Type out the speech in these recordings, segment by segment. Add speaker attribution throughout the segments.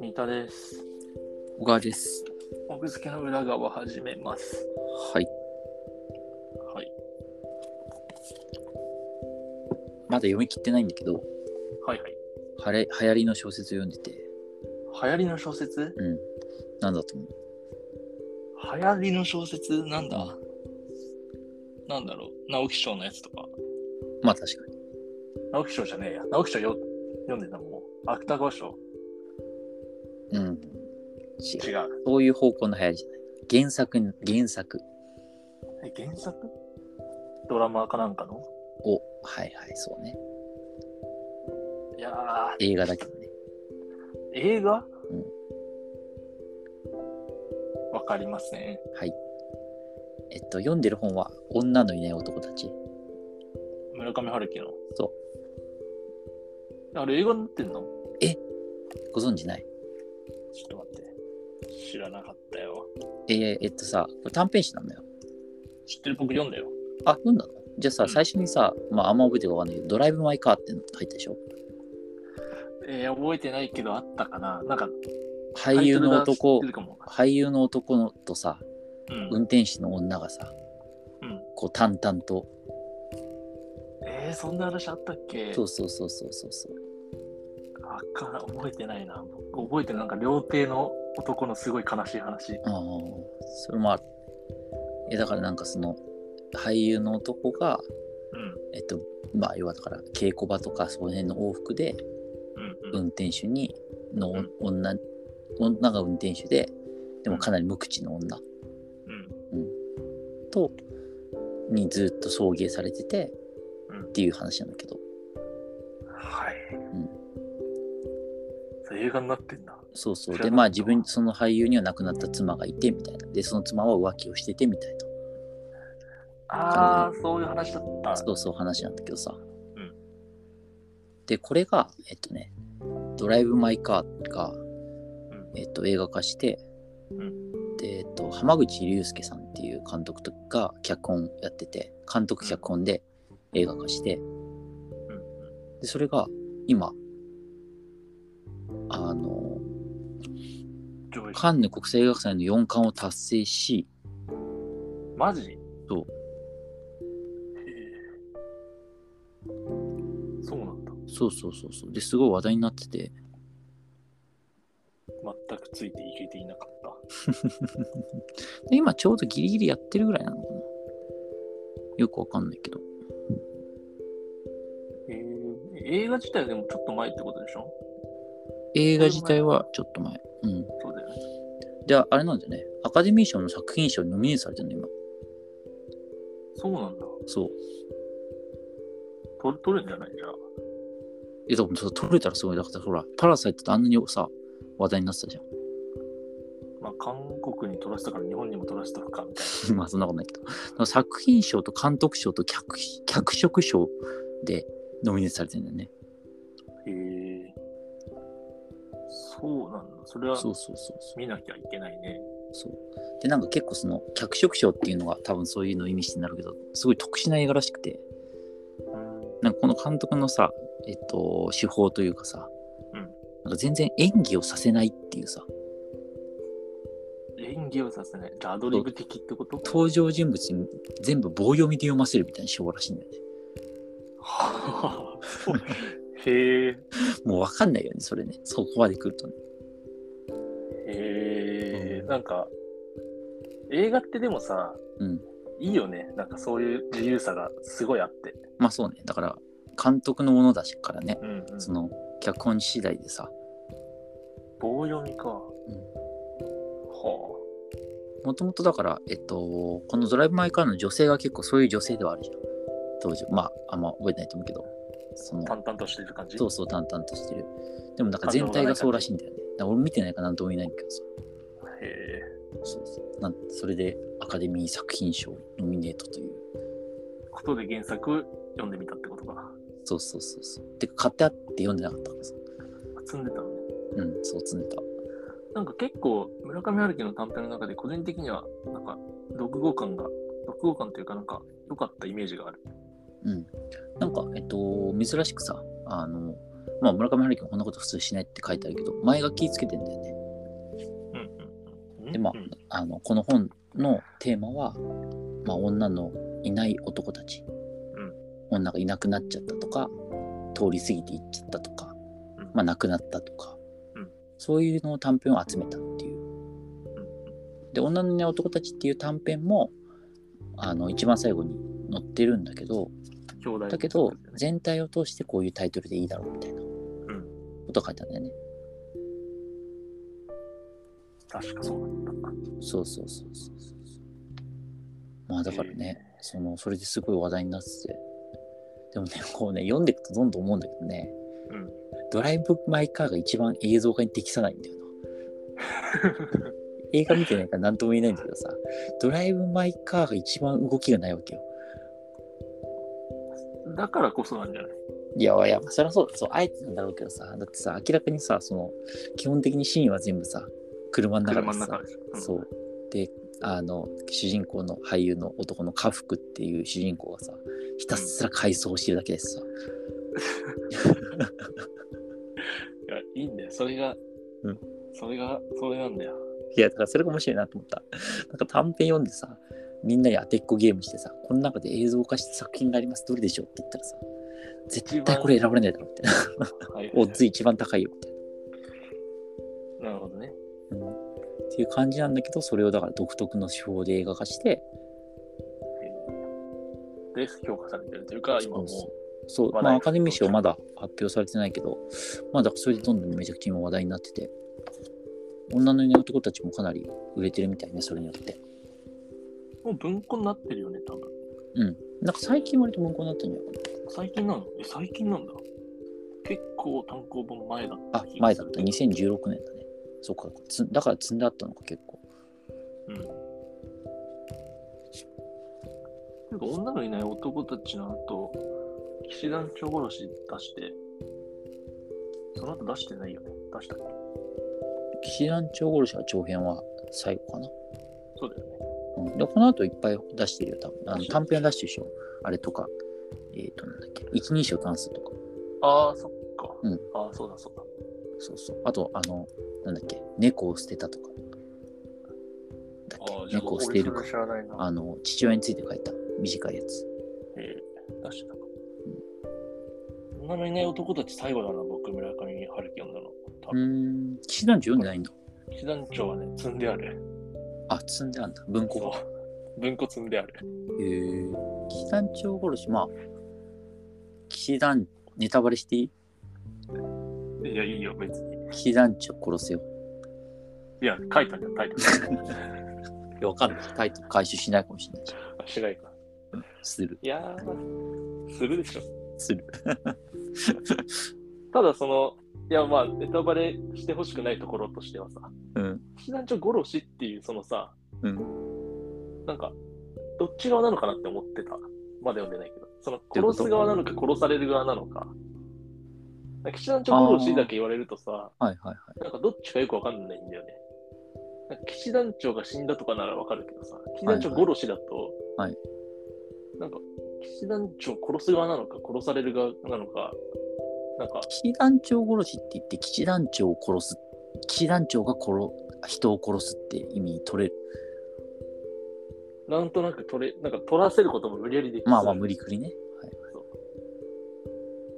Speaker 1: 三田です。
Speaker 2: 小川です。
Speaker 1: 奥付けの裏側始めます。
Speaker 2: はい。
Speaker 1: はい。
Speaker 2: まだ読み切ってないんだけど、
Speaker 1: はいはい。
Speaker 2: はれ流行りの小説読んでて、
Speaker 1: 流行りの小説
Speaker 2: うん。なんだと思う
Speaker 1: 流行りの小説なんだなんだろう直木賞のやつとか。
Speaker 2: まあ確かに。
Speaker 1: 直木賞じゃねえや。直木賞よ読んでたもん。芥川賞
Speaker 2: うん。違う。
Speaker 1: 違う。
Speaker 2: そういう方向の流行りじゃない。原作に、原作
Speaker 1: え、原作ドラマかなんかの
Speaker 2: を、はいはい、そうね。
Speaker 1: いや
Speaker 2: 映画だけどね。
Speaker 1: ー、映画わ、
Speaker 2: う
Speaker 1: かりますね。
Speaker 2: はい。えっと、読んでる本は、女のいない男たち。
Speaker 1: 村上春樹の。。
Speaker 2: そう
Speaker 1: あれ映画になってんの
Speaker 2: ご存知ない
Speaker 1: ちょっと待って。知らなかったよ。
Speaker 2: えー、えっとさ、これ短編集なんだよ。
Speaker 1: 知ってる僕読んだよ。
Speaker 2: あ、読んだのじゃあさ、
Speaker 1: うん
Speaker 2: 最初にさ、まああんま覚えてるかわかんないけど、ドライブ・マイ・カーっての入ったでしょ
Speaker 1: えー、覚えてないけどあったかななんか、
Speaker 2: 俳優の
Speaker 1: タ
Speaker 2: 男
Speaker 1: イトルが知ってる、かも
Speaker 2: 俳優の男のとさ、
Speaker 1: うん。
Speaker 2: 運転手の女がさ、
Speaker 1: うん
Speaker 2: こう淡々と、
Speaker 1: えー、そんな話あったっけ
Speaker 2: そうそうそうそうそうそう
Speaker 1: あかん覚えてないな。僕覚えてるなんか、料亭の男のすごい悲しい話。
Speaker 2: ああそれもあるえだからなんかその俳優の男が
Speaker 1: うん。
Speaker 2: えっとまあ要はだから稽古場とかその辺の往復で
Speaker 1: うん、うん。
Speaker 2: 運転手にの、
Speaker 1: うん
Speaker 2: 女女が運転手ででもかなり無口の女
Speaker 1: うん。
Speaker 2: とにずっと送迎されてて、
Speaker 1: うん
Speaker 2: っていう話なんだけど
Speaker 1: はい。
Speaker 2: ん
Speaker 1: そう映画になってんだ。
Speaker 2: そうそう
Speaker 1: 知らな
Speaker 2: で
Speaker 1: かった
Speaker 2: まあ自分その俳優には亡くなった妻がいてみたいなでその妻は浮気をしててみたいな
Speaker 1: ああ、そういう話だった。
Speaker 2: そうそう話なんだけどさ。
Speaker 1: うん
Speaker 2: で、これが、えっとね、ドライブ・マイ・カーが、
Speaker 1: ん
Speaker 2: えっと、映画化して、
Speaker 1: う
Speaker 2: で、えっと、浜口竜介さんっていう監督とが脚本やってて、監督脚本で映画化して、で、それが今、あの、
Speaker 1: 上位
Speaker 2: カンヌ国際映画祭の4冠を達成し、
Speaker 1: マジ
Speaker 2: そ
Speaker 1: へ
Speaker 2: う
Speaker 1: えそうなんだ。
Speaker 2: そうそうそうそう、ですごい話題になってて、
Speaker 1: 全くついていけていなかった。
Speaker 2: で今ちょうどギリギリやってるぐらいなのかなよくわかんないけど。
Speaker 1: へえ映画自体はでもちょっと前ってことでしょ
Speaker 2: 映画自体はちょっと前。うん。
Speaker 1: そうだよね。
Speaker 2: で、あれなんだよね。アカデミー賞の作品賞にノミネートされてるの、今。
Speaker 1: そうなんだ。
Speaker 2: そう。
Speaker 1: 取取るんじゃないじゃあ。
Speaker 2: え、でもそう取れたらすごい。だからほら、パラサイトってあんなにさ、話題になってたじ
Speaker 1: まあ、韓国に取らせたから日本にも取らせたかみたい
Speaker 2: ゃん。 まあそんなことないけど。だから作品賞と監督賞と脚脚色賞でノミネートされてるんだよね。
Speaker 1: な。へえ。そうなんだ。それは
Speaker 2: そうそうそうそう。
Speaker 1: 見なきゃいけないね。
Speaker 2: そうでなんか結構その脚色賞っていうのが多分そういうのを意味してなるけどすごい特殊な映画らしくて
Speaker 1: うん。
Speaker 2: なんかこの監督のさ、えっと、手法というかさ、
Speaker 1: うん
Speaker 2: なんか全然演技をさせないっていうさ、
Speaker 1: 演技をさせない。じゃあアドリブ的ってこと
Speaker 2: 登場人物に全部棒読みで読ませるみたいな手法らしいんだよね。
Speaker 1: はあそうへえ。
Speaker 2: もうわかんないよね、それね。そこまで来るとね。
Speaker 1: へえ
Speaker 2: う。ん
Speaker 1: なんか、映画ってでもさ、
Speaker 2: うん
Speaker 1: いいよね。なんかそういう自由さがすごいあって。
Speaker 2: まあそうね、だから監督のものだしからね、
Speaker 1: うん、うん。
Speaker 2: その脚本次第でさ、
Speaker 1: 棒読みか。
Speaker 2: うん
Speaker 1: は
Speaker 2: もともとだから、えっと、このドライブ・マイ・カーの女性が結構そういう女性ではあるじゃん。当時、まああんま覚えてないと思うけど、その
Speaker 1: あ。、淡々としてる感じ
Speaker 2: そうそう淡々としてる。でもなんか全体がそうらしいんだよね。だから俺見てないからなんとも言えないんだけどさ。
Speaker 1: へえ。
Speaker 2: そうそうなんそれでアカデミー作品賞ノミネートという。
Speaker 1: ことで原作読んでみたってことかな。
Speaker 2: そうそうそうそう。てか買ってあって読んでなかったからさ。
Speaker 1: 積んでたのね。
Speaker 2: うん、そう積んでた。
Speaker 1: なんか結構、村上春樹の短編の中で個人的には、なんか、読後感が、読後感というかなんか、良かったイメージがある。
Speaker 2: うん。なんか、えっと、珍しくさ、あの、まあ、村上春樹もこんなこと普通しないって書いてあるけど、前が気つけてんだよね。
Speaker 1: うんうんうん。
Speaker 2: でまあ
Speaker 1: うん
Speaker 2: あの、この本のテーマは、まあ、女のいない男たち。
Speaker 1: うん
Speaker 2: 女がいなくなっちゃったとか、通り過ぎていっちゃったとか、
Speaker 1: うん
Speaker 2: まあ、亡くなったとか、
Speaker 1: うん
Speaker 2: そういうのを短編を集めたっていう。で、女のいない男たちっていう短編も、あの、一番最後に載ってるんだけど、
Speaker 1: 兄弟
Speaker 2: だけど全体を通してこういうタイトルでいいだろうみたいなことが書いてあるんだよね。
Speaker 1: 確かそうだった。
Speaker 2: そうそうそうそうそう。まあだからね、そのそれですごい話題になってて。でもね、 こうね、読んでいくとどんどん思うんだけどね、
Speaker 1: うん
Speaker 2: ドライブ・マイ・カーが一番映像化に適さないんだよな。 映画見てないから何とも言えないんだけどさ、ドライブ・マイ・カーが一番動きがないわけよ。
Speaker 1: だからこそなんじゃない
Speaker 2: いやいや、そりゃそう、そう、あえてなんだろうけどさ、だってさ、明らかにさ、その、基本的にシーンは全部さ、車の中で
Speaker 1: 車
Speaker 2: さ、
Speaker 1: の中でしょ。うん
Speaker 2: そう。で、あの、主人公の俳優の男の家福っていう主人公がさ、ひたすら改装してるだけですさ。
Speaker 1: いや、いいんだよ。それが、
Speaker 2: うん
Speaker 1: それが、それなんだよ。
Speaker 2: いや、だからそれが面白いなと思った。なんか短編読んでさ、みんなに当てっこゲームしてさ、この中で映像化した作品があります、どれでしょうって言ったらさ、絶対これ選ばれないだろうみたいな。
Speaker 1: はいはい
Speaker 2: オッズ一番高いよみたいな。
Speaker 1: なるほどね。
Speaker 2: うんっていう感じなんだけど、それをだから独特の手法で映画化して、
Speaker 1: で、評価されてるというか、今もう、
Speaker 2: そう、
Speaker 1: 話題
Speaker 2: まあ、
Speaker 1: が
Speaker 2: アカデミー賞まだ発表されてないけど、まあ、だからそれでどんどんめちゃくちゃ今話題になってて、女のいない男たちもかなり売れてるみたいね、それによって。
Speaker 1: もう文庫になってるよね、多分。
Speaker 2: なんか最近割と文庫になったんじゃないか
Speaker 1: 最近なのえ、最近なんだ。結構単行本前だった
Speaker 2: な。あ、前だった、2016年だね。そっか、つだから積んであったのか、結構。
Speaker 1: うん。なんか女のいない男たちの後、騎士団長殺し出して、その後出してないよね。出したっけ
Speaker 2: 騎士団長殺しは長編は最後かな。
Speaker 1: そうだよね。
Speaker 2: うん、で、この後いっぱい出してるよ、多分。あの
Speaker 1: 出してる
Speaker 2: 短編は出してるでしょ。あれとか、えっ、と、なんだっけ、一人称関数とか。
Speaker 1: ああ、そっか。
Speaker 2: うん
Speaker 1: ああ、そうだそうだ。
Speaker 2: そうそう。あと、あの、なんだっけ、猫を捨てたとか。だ
Speaker 1: あ
Speaker 2: っ
Speaker 1: あ、
Speaker 2: け、猫を捨てる
Speaker 1: か
Speaker 2: か。
Speaker 1: 知らないな。
Speaker 2: あの、父親について書いた短いやつ。
Speaker 1: えー、出してたか。女のいない男たち最後だな、僕、村上春樹読んだの。多
Speaker 2: う
Speaker 1: 分、
Speaker 2: ん、騎士団長読んでないんだ。
Speaker 1: 騎士団長はね、積んである。
Speaker 2: あ、積んであんだ。文庫が。
Speaker 1: そう文庫積んである。
Speaker 2: へえ。騎士団長殺し、まあ、騎士団、ネタバレしていい
Speaker 1: いや、いいよ、別に。
Speaker 2: 騎士団長殺せよ。
Speaker 1: いや、書いたんじゃん、タイトル。
Speaker 2: いや、わかんない。タイトル回収しないかもしれないし。
Speaker 1: あしないか。
Speaker 2: する。
Speaker 1: いやー、するでしょ。
Speaker 2: する。
Speaker 1: ただ、その、いや、まあ、ネタバレしてほしくないところとしてはさ、
Speaker 2: うん。
Speaker 1: 騎士団長殺しっていう、そのさ、
Speaker 2: うん。
Speaker 1: なんか、どっち側なのかなって思ってた。まだ読んでないけど。その
Speaker 2: てこと
Speaker 1: 殺す側なのか殺される側なのか。なんか騎士団長殺しだけ言われるとさ、
Speaker 2: はいはいはい。
Speaker 1: なんかどっちかよくわかんないんだよね。なんか騎士団長が死んだとかならわかるけどさ、騎士団長殺しだと、
Speaker 2: はいはい
Speaker 1: なんか騎士団長殺す側なのか殺される側なのか、なんか、
Speaker 2: 騎士団長殺しって言って、騎士団長を殺す。騎士団長が殺、人を殺すって意味取れる。
Speaker 1: なんとなく取れ、なんか取らせることも無理やりでき
Speaker 2: まあ
Speaker 1: そう
Speaker 2: まあ、無理くりね。はい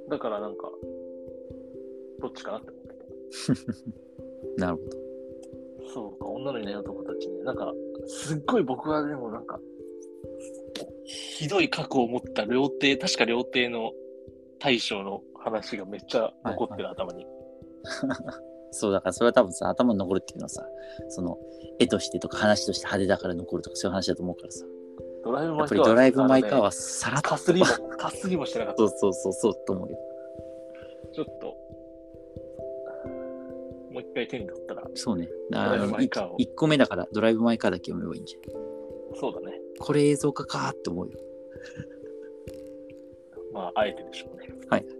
Speaker 1: だからなんか、どっちかなって思ってた。
Speaker 2: なるほど。
Speaker 1: そうか、女のいない男たちね。なんか、すっごい僕はでもなんか、ひどい過去を持った料亭、確か料亭の大将の話がめっちゃ残ってる、頭に。
Speaker 2: そうだからそれは多分さ頭に残るっていうのはさその絵としてとか話として派手だから残るとかそういう話だと思うからさ
Speaker 1: ドライブ・
Speaker 2: や
Speaker 1: マイ・カ
Speaker 2: っぱ
Speaker 1: ー
Speaker 2: り
Speaker 1: は。
Speaker 2: ドライブ・マイ・カー
Speaker 1: は。
Speaker 2: はさらっと
Speaker 1: かす りも、かすりもしてなかっ
Speaker 2: そうそうそうそうと思うよ
Speaker 1: た。ちょっと、もう一回手に取ったら、
Speaker 2: そうね
Speaker 1: ライブマイカーを
Speaker 2: 1個目だからドライブ・マイ・カーだけ読めばいいんじゃん
Speaker 1: そうだね。
Speaker 2: これ映像化かーって思うよ
Speaker 1: まあ、あえてでしょうね。
Speaker 2: はいはい